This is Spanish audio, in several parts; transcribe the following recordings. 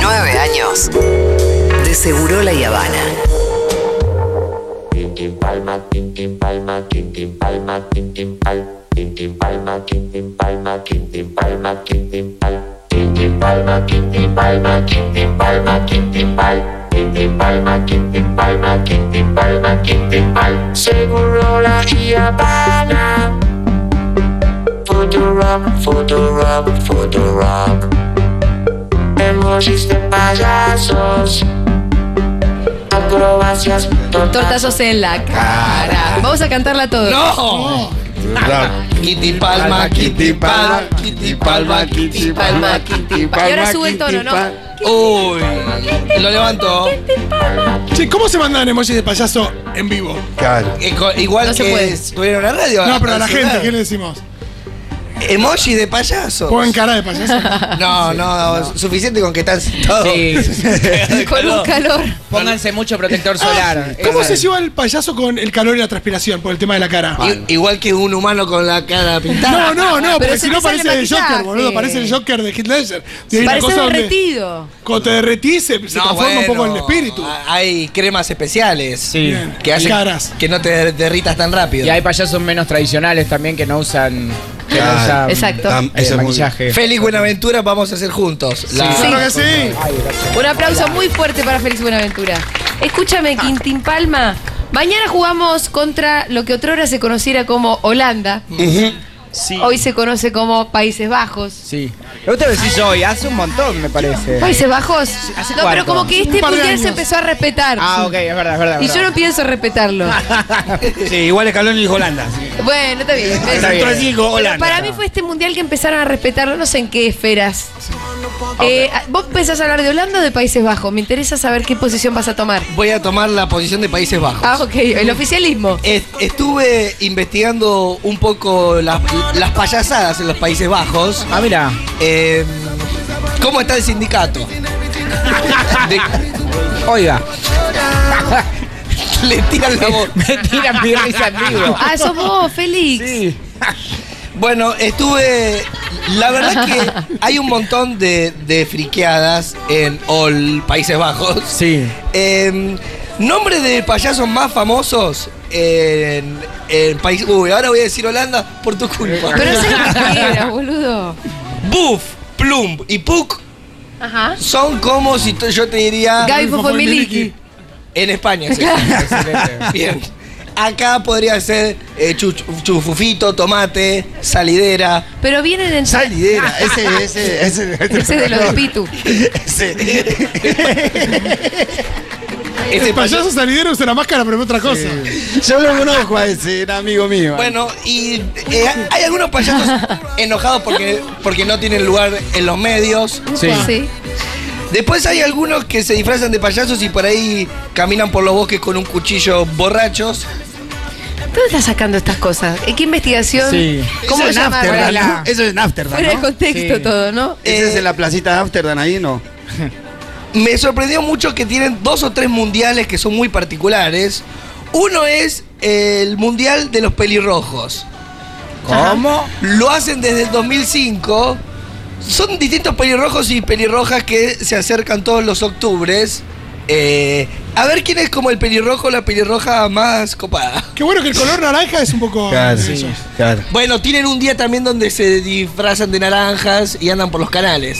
Nueve años. De Seguro La Habana. Tintin palma, tintin palma, tintin palma, tintin pal, tintin palma, tintin palma, tintin palma, tintin pal, tintin palma, tintin palma, tintin palma, tintin pal, tintin palma, tintin palma, tintin palma, tintin pal. Seguro la Habana. Photo rock, photo rock, photo rock. Emojis de payasos. Acrobacias, tortas. Tortazos en la cara. Vamos a cantarla todos. ¡No! Kitty Palma, Kitty Palma, Kitty Palma, Kitty Palma, Kitty Palma. Y ahora sube el tono, ¿no? Uy, lo levanto. Che, ¿cómo se mandan emojis de payaso en vivo? Claro. Eh, co- Igual No se que puede. subieron a la radio. No, pero a la gente, celular. ¿qué le decimos? Emoji de payaso. ¿Pongan cara de payaso? No, no, suficiente con que están sentados. Sí. Con un calor. Pónganse mucho protector solar. Ah, ¿Cómo Esa- se lleva el payaso con el calor y la transpiración por el tema de la cara? I- Igual que un humano con la cara pintada. No, no, no, porque Pero si se no me sale parece el maquillaje. Joker, boludo, parece el Joker de Heath Ledger. Y hay una Parece cosa donde derretido. Cuando te derretís se, se No, transforma un poco en el bueno, espíritu. Ah, a- Hay cremas especiales. Sí. Bien. Que hacen Caras. que no te derritas tan rápido. Y hay payasos menos tradicionales también que no usan. Que Claro. no usan Exacto. Tam- eh, eso es muy- maquillaje. Félix Buenaventura vamos a hacer juntos. La- Sí. Claro que sí. Un aplauso muy fuerte para Félix Buenaventura. Ah. Escúchame, Quintín Palma. Mañana jugamos contra lo que otrora se conociera como Holanda. Sí. Hoy se conoce como Países Bajos. Sí. La otra vez sí hoy, hace un montón, me parece. ¿Países Bajos? ¿hace No, pero cuánto? como que este Un par de mundial años. se empezó a respetar. Ah, ok, es verdad, es verdad. Y yo no pienso respetarlo. Sí, igual Escalón y Holanda. Bueno, está bien. Está bien. Entonces digo, Pero Holanda. para mí fue este mundial que empezaron a respetarlo, no sé en qué esferas. Eh, vos empezás a hablar de Holanda o de Países Bajos. Me interesa saber qué posición vas a tomar. Voy a tomar la posición de Países Bajos. Ah, ok, el oficialismo. Est- Estuve investigando un poco las, las payasadas en los Países Bajos. Ah, mira. Eh, ¿Cómo está el sindicato? De- Oiga. le tiran la voz. Me tiran mi risa en vivo. Ah, sos vos, Félix. Sí. Bueno, estuve. La verdad que hay un montón de, de friqueadas en All Países Bajos. Sí. Eh, nombre de payasos más famosos en, en país. Uy, ahora voy a decir Holanda por tu culpa. Pero no sé lo que quieras, boludo. Buff, Plum y Puck Ajá. son como si t- yo te diría Gaby fue Miliki. Miliki. en España. sí. Bien. Acá podría ser eh, chu- chufufito, tomate, salidera. Pero vienen en. Salidera, ese, ese, ese. Ese de los de Pitu. Este El payaso salidero usa la máscara, pero es otra cosa. Yo lo conozco a ese, era amigo mío. Bueno, y eh, hay algunos payasos enojados porque, porque no tienen lugar en los medios. Sí. Sí. Después hay algunos que se disfrazan de payasos y por ahí caminan por los bosques con un cuchillo borrachos. ¿Dónde estás sacando estas cosas? ¿En qué investigación? Sí. ¿Cómo eso es en llamarla? Amsterdam, Hola. ¿no? Eso es en Amsterdam, Fuera de ¿no? contexto Sí. todo, ¿no? Ese es Eh, en la placita de Amsterdam, ahí no. Me sorprendió mucho que tienen dos o tres mundiales que son muy particulares. Uno es el mundial de los pelirrojos. ¿Cómo? Lo hacen desde el 2005. Son distintos pelirrojos y pelirrojas que se acercan todos los octubres. Eh, a ver quién es como el pelirrojo o la pelirroja más copada. Qué bueno que el color naranja es un poco. sí, claro. Bueno, tienen un día también donde se disfrazan de naranjas y andan por los canales.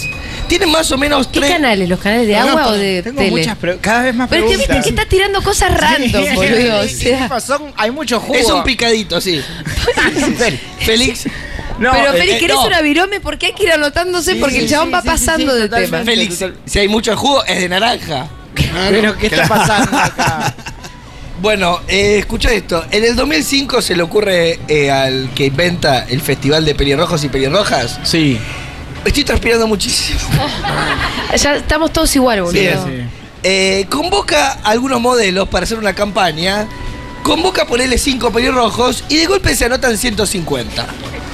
Tienen más o menos ¿Qué tres. canales? ¿Los canales de agua o de Tengo tele? muchas pre- cada vez más Pero es que preguntas. viste que está tirando cosas random, boludo. O sea. Son- hay mucho jugo. Es un picadito, sí. Félix. No, pero eh, Félix, eh, ¿querés no. un avirome? Porque hay que ir anotándose Sí, porque el sí, chabón sí, va sí, pasando sí, sí, de tema. totalmente. Félix, si hay mucho jugo, es de naranja. Pero ¿qué está pasando acá? Bueno, eh, escucha esto. En el 2005 se le ocurre eh, al que inventa el festival de pelirrojos y pelirrojas. Sí. Estoy transpirando muchísimo. Ya estamos todos igual, boludo. Bien. Eh, convoca a algunos modelos para hacer una campaña. Convoca a ponerle 5 pelirrojos y de golpe se anotan 150.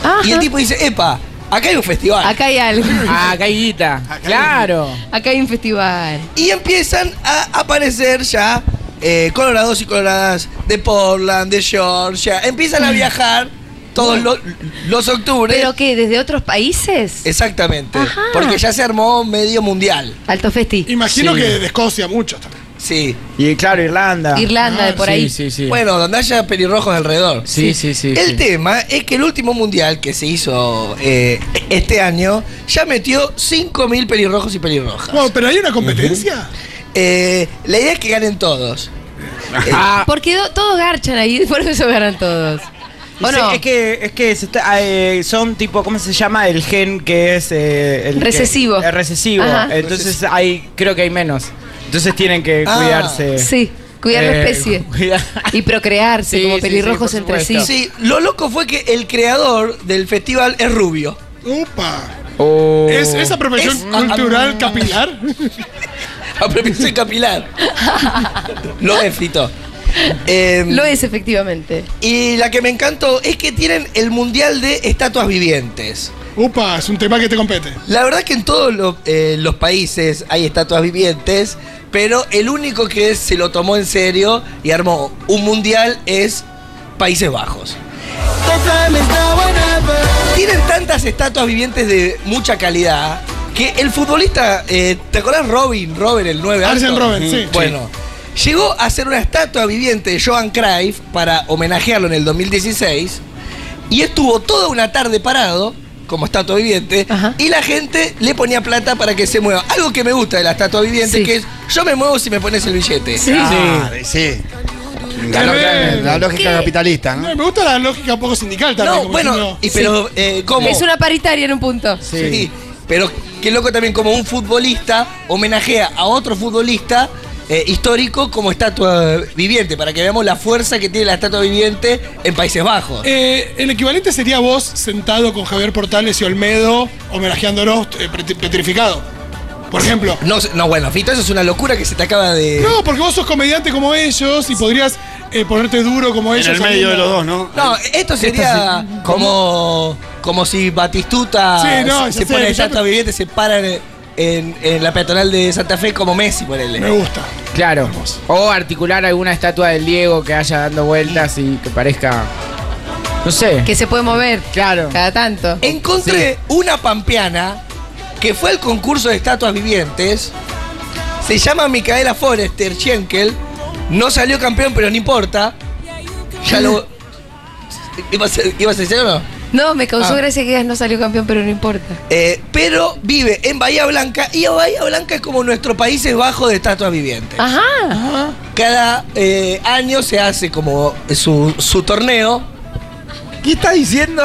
Ajá. Y el tipo dice, epa, acá hay un festival. Acá hay algo. Ah, acá hay guita. Claro. Acá hay un festival. Y empiezan a aparecer ya Mm. eh, colorados y coloradas de Portland, de Georgia. Empiezan a viajar todos los, los octubres. ¿Pero qué? ¿Desde otros países? Exactamente. Ajá. Porque ya se armó medio mundial. Alto Festi. Imagino Sí. que de Escocia muchos también. Sí. Y claro, Irlanda. Irlanda, de por ahí. Sí, sí, sí. Bueno, donde haya pelirrojos alrededor. sí, sí, sí. el sí. tema es que el último mundial que se hizo eh, este año ya metió 5.000 pelirrojos y pelirrojas. Bueno, pero hay una competencia. Eh, la idea es que ganen todos. Ah, Porque do- todos garchan ahí, por eso ganan todos. y ¿O sí, no? Es que, es que se está- eh, son tipo, ¿cómo se llama? El gen que es... eh, el que- Recesivo. es recesivo. Ajá. Entonces hay, creo que hay menos. Entonces tienen que Ah. cuidarse. Sí, cuidar la Eh, especie. cuidar- Y procrearse Sí, como sí, sí, pelirrojos por entre sí. supuesto. Eh, Sí, lo loco fue que el creador del festival es rubio. Upa. Oh. Eh, ¿Es esa profesión Es- cultural capilar? Apropiación capilar. Lo es, Fito. Em, Lo es, efectivamente. Y la que me encantó es que tienen el mundial de estatuas vivientes. Upa, es un tema que te compete. La verdad que en todos los, eh, los países hay estatuas vivientes, pero el único que se lo tomó en serio y armó un mundial es Países Bajos. Tienen tantas estatuas vivientes de mucha calidad que el futbolista, eh, ¿te acordás Robin? Robin, el 9 alto? Arjen Robben, sí. Bueno, llegó a hacer una estatua viviente de Johan Cruyff para homenajearlo en el 2016 y estuvo toda una tarde parado como estatua viviente Ajá. y la gente le ponía plata para que se mueva. Algo que me gusta de la estatua viviente Sí. que es yo me muevo si me pones el billete. Sí. Claro, sí. La, lógica- la lógica ¿Qué? capitalista, No, ¿no? me gusta la lógica un poco sindical también. No, como bueno, diciendo, y pero eh, ¿cómo? Es una paritaria en un punto. Sí. Pero qué loco también como un futbolista homenajea a otro futbolista eh, histórico como estatua viviente, para que veamos la fuerza que tiene la estatua viviente en Países Bajos. eh, el equivalente sería vos sentado con Javier Portales y Olmedo homenajeándonos eh, pet- petrificado. Por ejemplo. No, sé- no, bueno, Fito, eso es una locura que se te acaba de... No, porque vos sos comediante como ellos y podrías eh, ponerte duro como En ellos. el medio de saliendo. los dos, ¿no? No, esto sería como, como si Batistuta Sí, no, se ya sé, pone ya- estatua viviente, se para en, en- en la peatonal de Santa Fe como Messi, ponele. Me gusta. Claro. O articular alguna estatua del Diego que haya dando vueltas y que parezca. No sé. Que se puede mover. Claro. Cada tanto. Encontré una pampeana que fue al concurso de estatuas vivientes. Se llama Micaela Forrester Schenkel. No salió campeón, pero no importa. Ya lo. ¿Ibas a, ibas a decir o no? No, me causó Ah. gracia que digas, no salió campeón, pero no importa. Eh, pero vive en Bahía Blanca y Bahía Blanca es como nuestro país es bajo de estatuas vivientes. Ajá. Cada eh, año se hace como su, su torneo. ¿Qué está diciendo?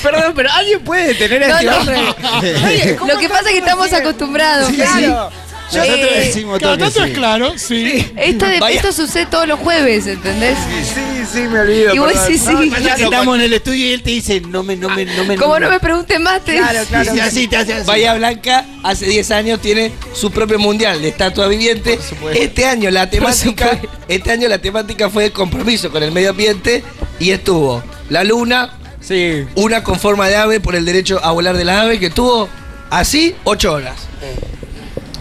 Perdón, pero alguien puede detener a No, este no. hombre. Oye, ¿cómo Lo que pasa es que estamos siguen? acostumbrados. Claro. Yo- Nosotros Eh, decimos todo Cada que tanto sí. es claro, sí. Esto, de- Vaya. esto sucede todos los jueves, ¿entendés? Sí, sí, me olvido. Y vos perdón. sí, sí. Mañana estamos en el estudio y él te dice, no me, no me, no me. Como no me pregunten más, te- Claro, Y claro. te hace así, te hace así. Bahía Blanca hace 10 años tiene su propio mundial de estatua viviente. Este año la temática, este año la temática fue compromiso con el medio ambiente y estuvo la luna, Sí. una con forma de ave por el derecho a volar de las aves que estuvo así 8 horas.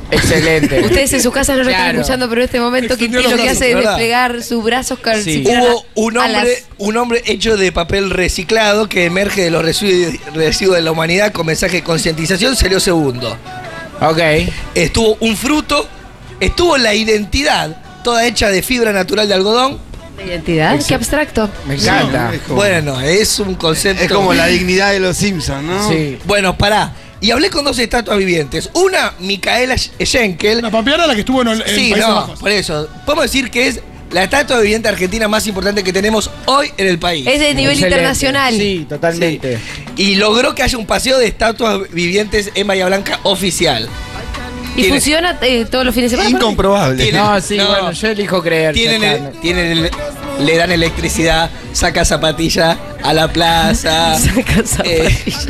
Excelente. Ustedes en sus casas no lo están Claro. escuchando, pero en este momento Quintín Extendió lo los que brazos, hace es ¿verdad? desplegar sus brazos cal- Sí. si fueran Hubo un alas. hombre, un hombre hecho de papel reciclado que emerge de los residu- residuos de la humanidad con mensaje de concientización, salió segundo. Ok. estuvo un fruto, estuvo la identidad, toda hecha de fibra natural de algodón. ¿De identidad? Qué abstracto. Me encanta. No, es como- Bueno, es un concepto. Es como la dignidad de los Simpsons, ¿no? Sí. Bueno, pará. Y hablé con dos estatuas vivientes. Una, Micaela Sch- Schenkel. La pampeana la que estuvo en, el en sí, Países no, Bajos. por eso. Podemos decir que es la estatua viviente argentina más importante que tenemos hoy en el país. Es de nivel Excelente. internacional. Sí, totalmente. Y logró que haya un paseo de estatuas vivientes en Bahía Blanca oficial. Y Tiene- funciona eh, todos los fines de semana. aparte. Incomprobable. Tiene- No, sí, no. bueno, yo elijo creer. Tienen, ya el- está. tienen el- le dan electricidad, saca zapatilla a la plaza. Saca Eh, zapatillas.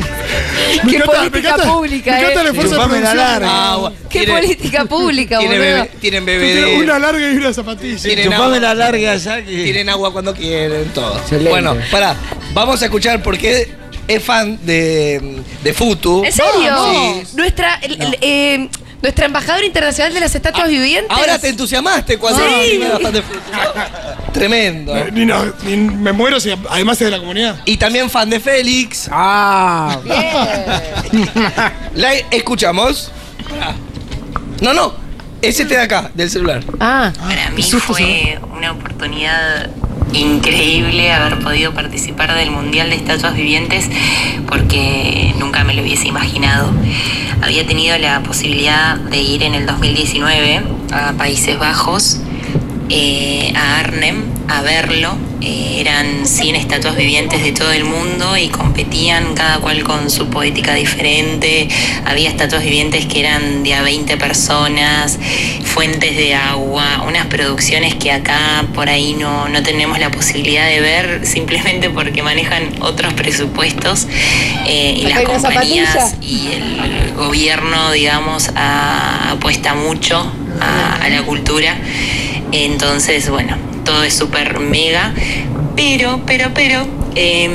Qué política pública, me encanta eh. Ah, el esfuerzo de Chupame la producción. larga. agua. Qué Tienen- política pública, tienen, boludo. bebe- tienen Tiene bebedero, Una larga y una zapatilla. Tiene- Chupame la larga ya que. tienen agua cuando quieren, todo. Excelente. Bueno, pará, vamos a escuchar porque es fan de, de Futu. ¿En serio? Sí. Nuestra. el- el- eh, Nuestra embajadora internacional de las estatuas vivientes. Ahora te entusiasmaste cuando Sí. me bajaste el fútbol. Tremendo. Ni no- ni- me muero si además es de la comunidad. Y también fan de Félix. Ah, Eh. ¿La escuchamos? No, no. Es este de acá, del celular. Ah, Para mí fue una oportunidad increíble haber podido participar del Mundial de Estatuas Vivientes porque nunca me lo hubiese imaginado. Había tenido la posibilidad de ir en el 2019 a Países Bajos, eh, a Arnhem, a verlo. Eh, eran 100 estatuas vivientes de todo el mundo y competían cada cual con su poética diferente. Había estatuas vivientes que eran de a 20 personas, fuentes de agua, unas producciones que acá por ahí no, no tenemos la posibilidad de ver simplemente porque manejan otros presupuestos eh, y Acá hay las una compañías zapatilla. y el gobierno, digamos, a- apuesta mucho a, a la cultura. Entonces, bueno, todo es súper mega. Pero, pero, pero, em,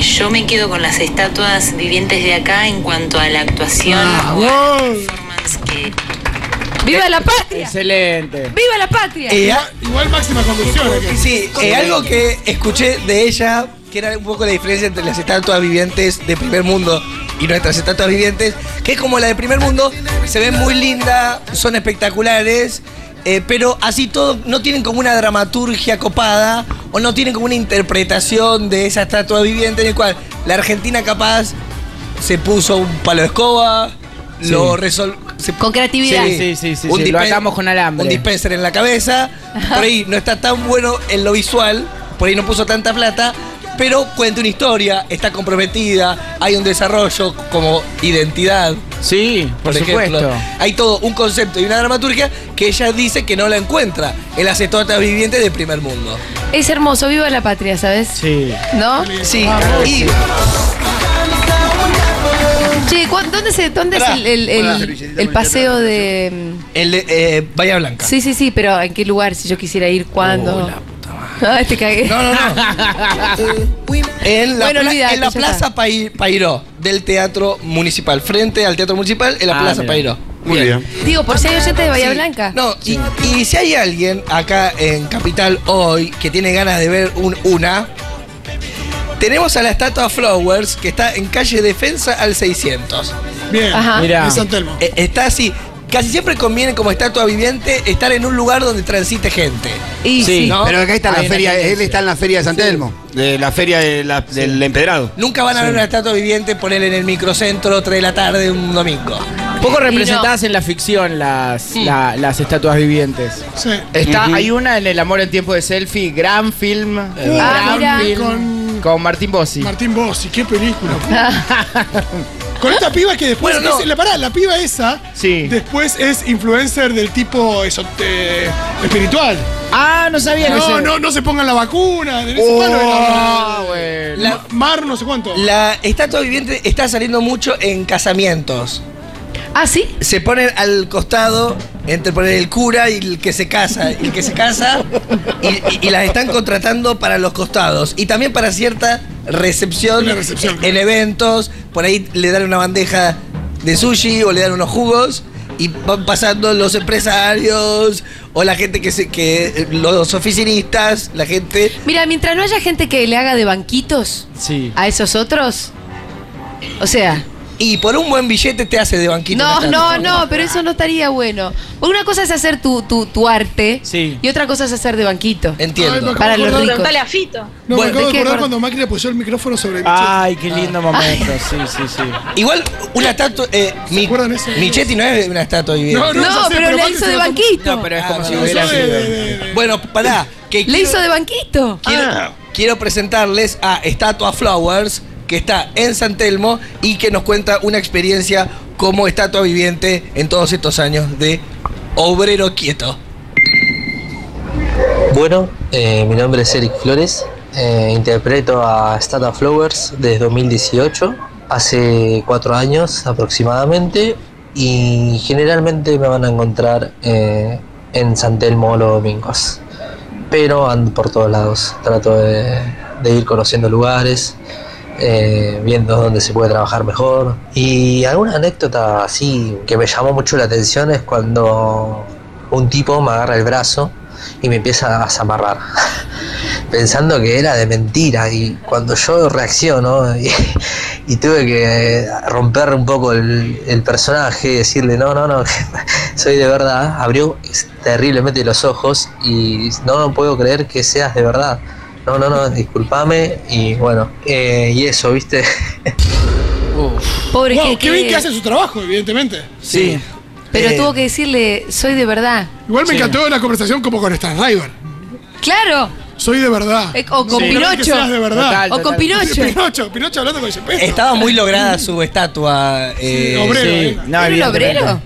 yo me quedo con las estatuas vivientes de acá en cuanto a la actuación o a la performance que ¡Viva la patria! excelente. ¡Viva la patria! Eh, Igual, igual máxima conducción. ¿eh? Sí, eh, algo que escuché de ella, que era un poco la diferencia entre las estatuas vivientes de primer mundo y nuestras estatuas vivientes, que es como la de primer mundo, se ven muy lindas, son espectaculares, eh, pero así todo no tienen como una dramaturgia copada o no tienen como una interpretación de esa estatua viviente en el cual la Argentina capaz se puso un palo de escoba, lo resolvió. Con creatividad. Sí, sí, sí, sí, sí, lo atamos con alambre. Un dispenser en la cabeza. Por ahí no está tan bueno en lo visual. Por ahí no puso tanta plata. Pero cuenta una historia, está comprometida, hay un desarrollo como identidad, Sí, por, por, supuesto. ejemplo. Hay todo un concepto y una dramaturgia que ella dice que no la encuentra en las estatuas vivientes del primer mundo. Es hermoso, viva la patria, ¿sabes? Sí. ¿No? Sí, y Che, ¿cuá- ¿dónde, se, dónde es Pará, el, el- el- pará, servilletita, el paseo bonita, de...? mm, el de, eh, Bahía Blanca. Sí, sí, sí, pero ¿en qué lugar? Si yo quisiera ir, ¿cuándo? Ay, te cagué. No, no, no. en la, Bueno, pla- olvídate, en ya la está. Plaza Pai- Pairó, del Teatro Municipal. Frente al Teatro Municipal, en la Ah, Plaza mira. Pairó. Muy bien. Digo, por si hay oyentes de Bahía Sí. Blanca. No, y, y si hay alguien acá en Capital hoy que tiene ganas de ver un- una, tenemos a la estatua Flowers que está en calle Defensa al 600. Bien. Ajá. Mirá. Es San Telmo. E- está así. Casi siempre conviene como estatua viviente estar en un lugar donde transite gente. Y Sí. sí. No. Pero acá está Hay la una feria, él tendencia. está en la feria de San Telmo, de la feria de la- del empedrado. Nunca van a ver una estatua viviente, poner en el microcentro 3 de la tarde un domingo. Poco representadas en la ficción las, la- las estatuas vivientes. Sí. Está, Ujú. Hay una en El amor en tiempo de selfie, gran film. gran mirá. film con, Martín Bossi. Martín Bossi, qué película. Con esta piba que después Bueno, no. es- la pará, la piba esa Sí. después es influencer del tipo eso, eh, espiritual. Ah, no sabía que No, se- no, no se pongan la vacuna. de ese palo Oh, era. bueno. La- Eh, Mar no sé cuánto. La estatua viviente está saliendo mucho en casamientos. Ah, ¿sí? se ponen al costado entre poner el cura y el que se casa, y el que se casa, y, y- y las están contratando para los costados y también para cierta recepción, Una recepción. en eventos. Por ahí le dan una bandeja de sushi o le dan unos jugos y van pasando los empresarios o la gente que se que eh, los oficinistas, la gente Mira, mientras no haya gente que le haga de banquitos Sí. a esos otros... O sea... y por un buen billete te hace de banquito. No, una no, estatua. no, pero eso no estaría bueno. Porque una cosa es hacer tu, tu, tu arte Sí. y otra cosa es hacer de banquito. Ay, Entiendo. me Para los acordé- ricos. Preguntale a Fito. No, Bueno, me acabo ¿de de qué acordar acordás? cuando Macri apoyó el micrófono sobre el Ay, qué lindo momento. Sí, sí, sí. Igual una estatua eh, Mi- acuerdan eso? Michetti no es una estatua viviente. No, No, ya sé, pero pero le Macri hizo se de lo tomó. banquito. No, pero es como Ah, si no, hubiera eso de- sido. de- de- de- Bueno, pará. Que Le quiero, hizo de banquito. quiero, quiero presentarles a Estatua Flowers, que está en San Telmo y que nos cuenta una experiencia como estatua viviente en todos estos años de obrero quieto. Bueno, eh, mi nombre es Eric Flores, eh, interpreto a Stata Flowers desde 2018, hace cuatro años aproximadamente, y generalmente me van a encontrar eh, en San Telmo los domingos, pero ando por todos lados, trato de, de ir conociendo lugares, eh, viendo dónde se puede trabajar mejor. Y alguna anécdota así que me llamó mucho la atención es cuando un tipo me agarra el brazo y me empieza a zamarrar, pensando que era de mentira. Y cuando yo reacciono y, y tuve que romper un poco el, el personaje, decirle, no, no, no, soy de verdad, abrió terriblemente los ojos y no, no puedo creer que seas de verdad. No, no, no, discúlpame y bueno, eh, y eso, viste. Pobre Wow, jeque. qué bien que hace su trabajo, evidentemente. Sí. Pero Eh, tuvo que decirle, soy de verdad. Igual me encantó la conversación como con Stan Driver. Claro. Soy de verdad. Eh, o con puedo creer que Pinocho. seas de verdad. Total, O con Pinocho. Uh. Pinocho, Pinocho hablando con ese peso. Estaba muy lograda su estatua. eh, sí. obrero, eh. No, ¿Era un evidentemente. obrero?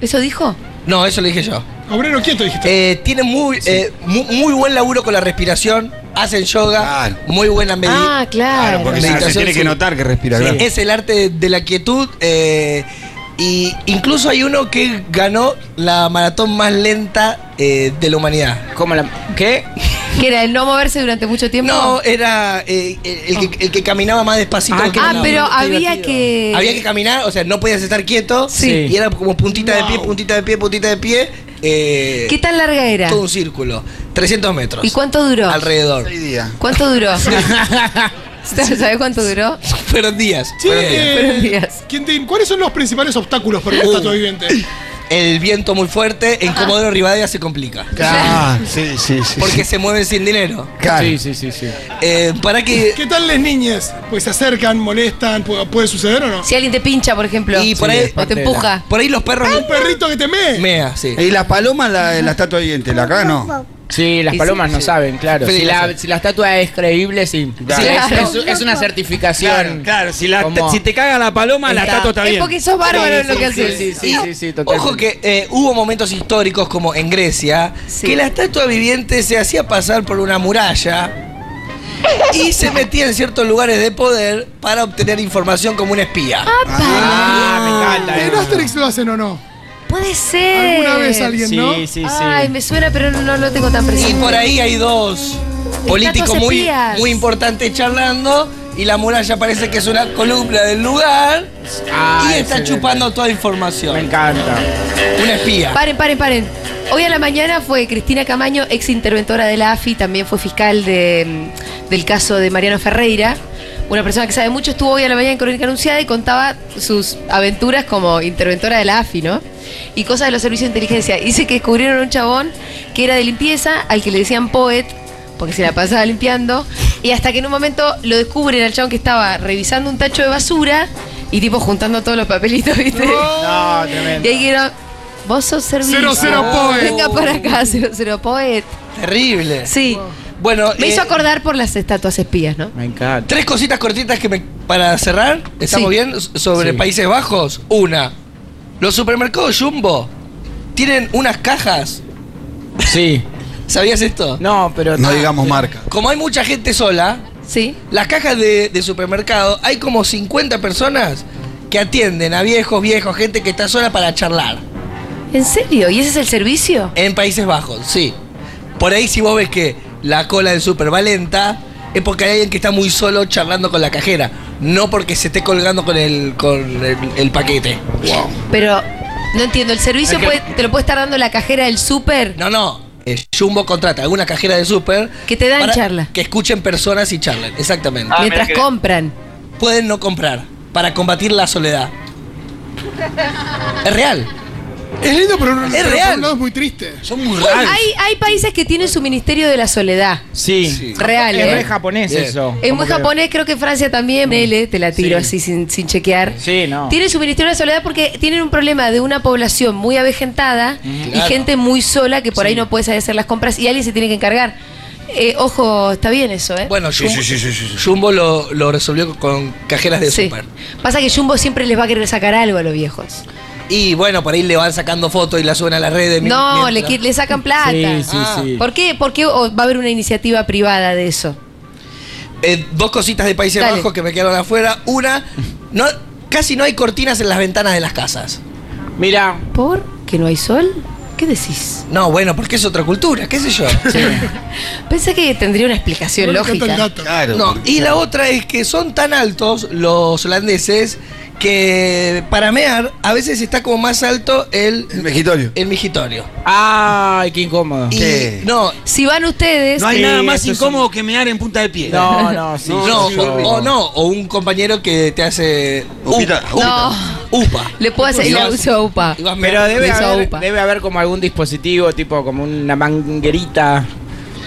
¿Eso dijo? No, eso lo dije yo. Obrero quieto, dijiste. Eh, tiene muy, eh, mu- muy, buen laburo con la respiración. Hacen yoga. Claro. Muy buena medida. Ah, claro. Claro, porque si no, se Meditación, tiene que sí. notar que respira, claro. Es el arte de la quietud. eh, y incluso hay uno que ganó la maratón más lenta eh, de la humanidad. ¿Cómo la.? ¿Qué? Que era el no moverse durante mucho tiempo. No, era eh, el, el que, el que caminaba más despacito. Ah, que qué ah, caminaba. pero eh, qué había divertido. que. Había que caminar, o sea, no podías estar quieto. Sí. Y era como puntita de pie, Wow. puntita de pie, puntita de pie. eh, ¿Qué tan larga era? todo un círculo. 300 metros. ¿Y cuánto duró? Alrededor. Seis días. ¿Cuánto duró? ¿Sabes cuánto duró? Fueron días. Che, fueron días. eh, Buenos días. Quintín, ¿cuáles son los principales obstáculos para una estatua viviente? El viento muy fuerte en Comodoro Rivadavia se complica. Claro, Ah, sí, sí, sí. Porque sí. se mueven sin dinero. Claro. Sí, sí, sí, sí. Eh, para que. ¿Qué tal las niñas? Pues se acercan, molestan, pu- ¿puede suceder o no? Si alguien te pincha, por ejemplo. Y por Sí, ahí. es O parte te de empuja. Por ahí los perros. Un perrito que te mee. Mea, sí. Y las palomas, la, la estatua viviente, la acá no. Sí, las Y sí, palomas no sí. saben, claro. Sí, Si la la, sé. si la estatua es creíble, sí. Claro. Sí, es- Claro. es, es una certificación. Claro, claro. Si, la, Como- si te caga la paloma, la Está- estatua está Es bien. porque sos bárbaro en lo que Sí, haces. sí, sí, sí, sí, totalmente. Ojo que eh, hubo momentos históricos como en Grecia Sí. que la estatua viviente se hacía pasar por una muralla y se metía en ciertos lugares de poder para obtener información como un espía. Ah, Ah, me encanta. ¿En Asterix lo hacen o no? Puede ser. Alguna vez alguien, ¿no? Sí, sí, sí. Ay, me suena, pero no, no lo tengo tan presente. Y por ahí hay dos políticos Estatuas muy, espías. muy importantes charlando y la muralla parece que es una columna del lugar Ah, y está excelente. chupando toda Me información. encanta. Una espía. Paren, paren, paren. Hoy a la mañana fue Cristina Camaño, ex interventora de la AFI, también fue fiscal de, mm, del caso de Mariano Ferreira. Una persona que sabe mucho estuvo hoy a la mañana en Crónica Anunciada y contaba sus aventuras como interventora de la AFI, ¿no? Y cosas de los servicios de inteligencia. Dice que descubrieron un chabón que era de limpieza, al que le decían poet, porque se la pasaba limpiando. Y hasta que en un momento lo descubren al chabón que estaba revisando un tacho de basura y tipo juntando todos los papelitos, ¿viste? No, Y tremendo. ahí dijeron, vos sos servicio. Cero, cero, poet. Venga para acá, cero, cero poet. Terrible. Sí. Bueno, Me eh, hizo acordar por las estatuas espías, ¿no? Me encanta. Tres cositas cortitas que me, para cerrar. ¿Estamos Sí. bien? S- Sobre Sí. Países Bajos. Una. Los supermercados Jumbo tienen unas cajas. Sí. ¿Sabías esto? No, pero. No digamos marca. Como hay mucha gente sola, Sí. las cajas de, de supermercado hay como 50 personas que atienden a viejos, viejos, gente que está sola para charlar. ¿En serio? ¿Y ese es el servicio? En Países Bajos, sí. Por ahí si vos ves que la cola del super va lenta, es porque hay alguien que está muy solo charlando con la cajera. No porque se esté colgando con el, con el, el paquete. Pero no entiendo, ¿el servicio puede- te lo puede estar dando la cajera del súper? No, no. eh, Jumbo contrata alguna cajera de súper. Que te dan para charla. Que escuchen personas y charlen, exactamente. Ah. Mientras compran. Pueden no comprar para combatir la soledad. Es real. Es lindo, pero, no- pero por real. un lado es muy triste. Son muy Hay, hay países que tienen su ministerio de la soledad. Sí. Real, Es ¿eh? re japonés Bien. eso. Es Como muy que- japonés, creo que Francia también, L, te la tiro Sí. así sin, sin chequear. Sí, no. Tienen su Ministerio de la Soledad porque tienen un problema de una población muy avejentada y Claro. gente muy sola que por ahí no puede salir a hacer las compras y alguien se tiene que encargar. Eh, ojo, está bien eso, ¿eh? Bueno, Sí, Jumbo, sí, sí, sí, sí, sí. Jumbo lo, lo resolvió con cajeras de Sí. súper. Pasa que Jumbo siempre les va a querer sacar algo a los viejos. Y bueno, por ahí le van sacando fotos y la suben a las redes. Eh, mi- No, mientras- le, qui- le sacan plata. Sí, sí, Ah. sí. ¿Por qué? Porque o va a haber una iniciativa privada de eso. Eh, dos cositas de Países Dale. Bajos que me quedaron afuera. Una, no, casi no hay cortinas en las ventanas de las casas. Mira, ¿Por qué no hay sol? ¿Qué decís? No, bueno, porque es otra cultura, qué sé yo. Pensé que tendría una explicación lógica. Claro. No, y la otra es que son tan altos los holandeses que para mear a veces está como más alto el, El mejitorio. el migitorio. Ay, qué incómodo. Y Sí. no, Si van ustedes, eh, No hay Sí, nada más esto es incómodo que mear en punta de pie. No, no, sí. no, yo- o, o no, o un compañero que te hace Upita, up- No. upa. le puedo hacer Y el vas- uso upa. y vas Pero meando. debe Esa haber, upa. debe haber como algún dispositivo, tipo como una manguerita,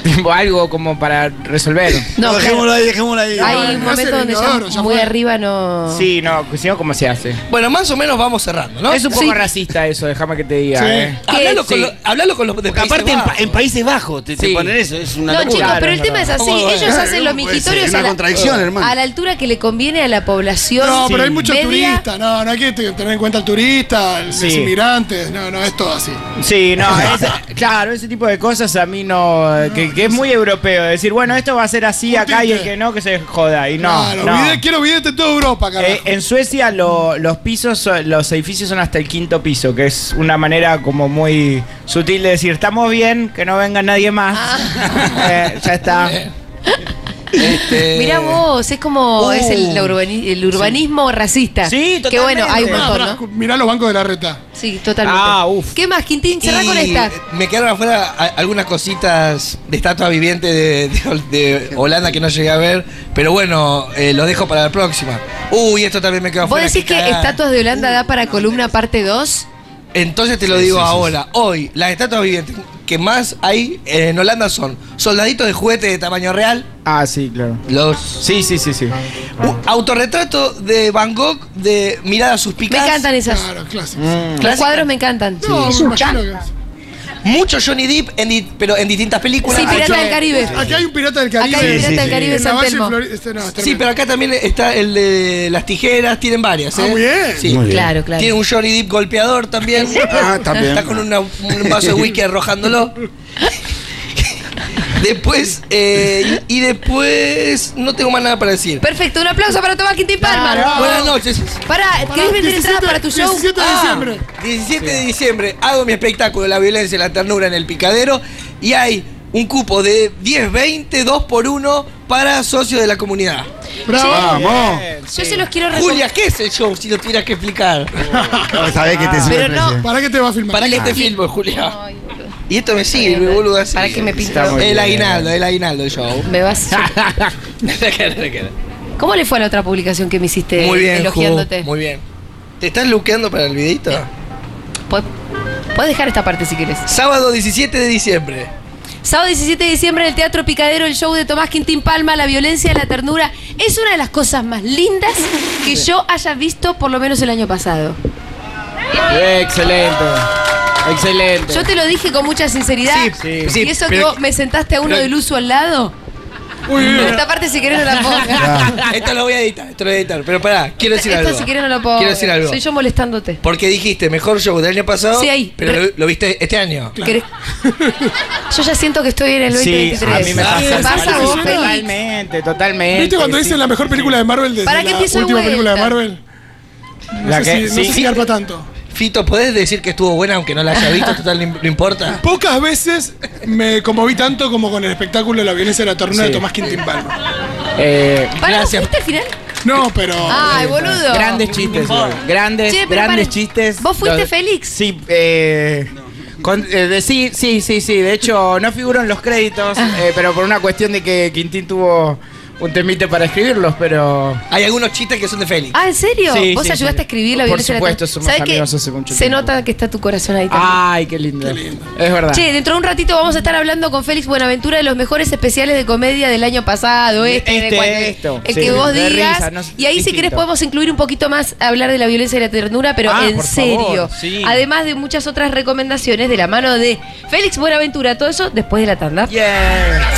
tipo algo como para resolver. No, dejémoslo ahí, dejémoslo Hay ahí. un No, hace momento el donde inodoro, ya ya muy fue. arriba no. Sí, no, si no, ¿cómo se hace? Bueno, más o menos vamos cerrando, ¿no? Es un poco Sí. racista eso, déjame que te diga. Sí. eh. Hablalo, con Sí. lo- hablalo con los de Porque Países aparte, en, pa- Bajos. en Países Bajos te, te Sí. ponen eso. Es una No, locura. chicos, Claro, pero el es tema es verdad. así. ¿Cómo va? Ellos Claro, hacen los no puede ser, mijitorios es a una la, contradicción, hermano. a la altura que le conviene a la población. No, pero hay sí, mucho media. turista, no, no hay que te- tener en cuenta al turista, a los Sí. inmigrantes, no, no, es todo así. Sí, no, ese- claro, ese tipo de cosas a mí no, que, que es muy europeo, decir, bueno, esto va a ser así Un acá y el tinte. que no, que se joda, y no, claro, no. vide- quiero videte en toda Europa, carajo. Eh, en Suecia lo- los pisos, son- los edificios son hasta el quinto piso, que es una manera como muy sutil de decir, estamos bien, que no venga nadie más. Ah. Eh, ya está. Este, Mirá vos, es como Uh. es el, la urbani- el urbanismo racista. Sí, Que bueno, hay un totalmente. Pará, montón, Ah, pará, ¿no? Mirá los bancos de la reta. Sí, totalmente. Ah, uf. ¿Qué más, Quintín? Cerrá y con esta. Me quedaron afuera a- algunas cositas de estatua viviente de, de- de Holanda que no llegué a ver. Pero bueno, eh, lo dejo para la próxima. Uy, esto también me quedó ¿Vos afuera. decís qué que cagada. Estatuas de Holanda da para columna parte 2? Entonces te lo digo ahora. Hoy, las estatuas vivientes que más hay en Holanda son soldaditos de juguete de tamaño real, Ah, sí, claro. los Sí, sí, sí, sí. u- autorretrato de Van Gogh de miradas Me suspicaz. encantan esas. Claro, clásico. Los Mm. Clásica. cuadros me encantan. No, me imagino que- Mucho Johnny Depp, en di- pero en distintas películas. Sí, Pirata del Caribe. Aquí hay un pirata del Caribe. Acá hay un pirata del Caribe En la San Valle Telmo. Flori- este, no, es Sí, tremendo. pero acá también está el de las tijeras, tienen varias, ¿eh? Ah, muy bien. Sí. Muy bien. Claro, claro. Tiene un Johnny Deep golpeador también. Ah, también. Está con una- un vaso de whisky arrojándolo. después, eh, y después, no tengo más nada para decir. Perfecto, un aplauso para Tomás Quintín Palma. Buenas noches. Pará, Pará, ¿querés vender 17 entradas para tu show? 17 de diciembre. 17 de diciembre hago mi espectáculo La violencia y la ternura en el picadero y hay un cupo de 10, 20, 2 por 1 para socios de la comunidad. Bravo. Vamos. Yo se los quiero recomendar. Julia, ¿qué es el show si lo tuvieras que explicar? Sabés que te sube Ah. Pero el no. precio. ¿Para qué te va a filmar? ¿Para qué te filmo, Julia? Y esto me sigue, me boludo así. Para que me pinte Está muy El bien. aguinaldo, el aguinaldo el show. Me vas. Ah. ¿Cómo le fue a la otra publicación que me hiciste Muy bien, Eh, elogiándote? Ju, muy bien. ¿Te estás luqueando para el videito? Pod- Podés dejar esta parte si quieres. Sábado 17 de diciembre. Sábado 17 de diciembre en el Teatro Picadero, el show de Tomás Quintín Palma, La violencia, la ternura. Es una de las cosas más lindas que yo haya visto, por lo menos el año pasado. Ah. Excelente. Excelente. Yo te lo dije con mucha sinceridad. Sí, sí, y eso que pero- vos me sentaste a uno pero- del uso al lado. Uy, uy, uy. Esta parte si querés no la pongas. Esto lo voy a editar, esto lo voy a editar. Pero pará, Ah, quiero decir Esta algo. si querés no la pongas. Quiero decir algo. Soy yo molestándote. Porque dijiste mejor show del año pasado, Sí, ahí. pero Re- lo, lo viste este año. ¿Querés? Yo ya siento que estoy en el Sí, 2023. a mí me Ah, pasa, ¿te eso. pasa vos, Sí, Félix? Totalmente, totalmente. ¿Viste cuando sí. dicen la mejor película de Marvel desde ¿Para qué la empiezo de última película de vuelta? Marvel? No La sé que- si, no sí. sé si garpa tanto. Fito, ¿podés decir que estuvo buena aunque no la haya visto? Total, no im- no importa. Pocas veces me conmoví tanto como con el espectáculo La violencia de la ternura de Sí. Tomás Quintín Palma. Eh, ¿Para vos Gracias. fuiste al final? No, pero. Ay, boludo. Grandes chistes, güey. Grandes, Che, pero grandes paren. chistes. ¿Vos fuiste, Los- Félix? Sí, eh, con- eh, de- sí, sí, sí, sí. De hecho, no figuro en los créditos, Ah. eh, pero por una cuestión de que Quintín tuvo un temite para escribirlos, pero. Hay algunos chistes que son de Félix. Ah, ¿en serio? Sí, ¿Vos sí, ayudaste a sí. escribir la Por violencia? de la supuesto, tele? somos ¿Sabés qué? amigos hace mucho Se tiempo. Ah, nota que está tu corazón ahí también. Ay, qué lindo. Es verdad. Che, dentro de un ratito vamos a estar hablando con Félix Buenaventura de los mejores especiales de comedia del año pasado, este, Este, de cuando- esto. el Sí, que vos de digas. risa, no- y ahí si distinto. querés podemos incluir un poquito más, hablar de la violencia y la ternura, pero Ah, en por favor, serio. sí. Además de muchas otras recomendaciones de la mano de Félix Buenaventura, todo eso después de la tanda. Yeah.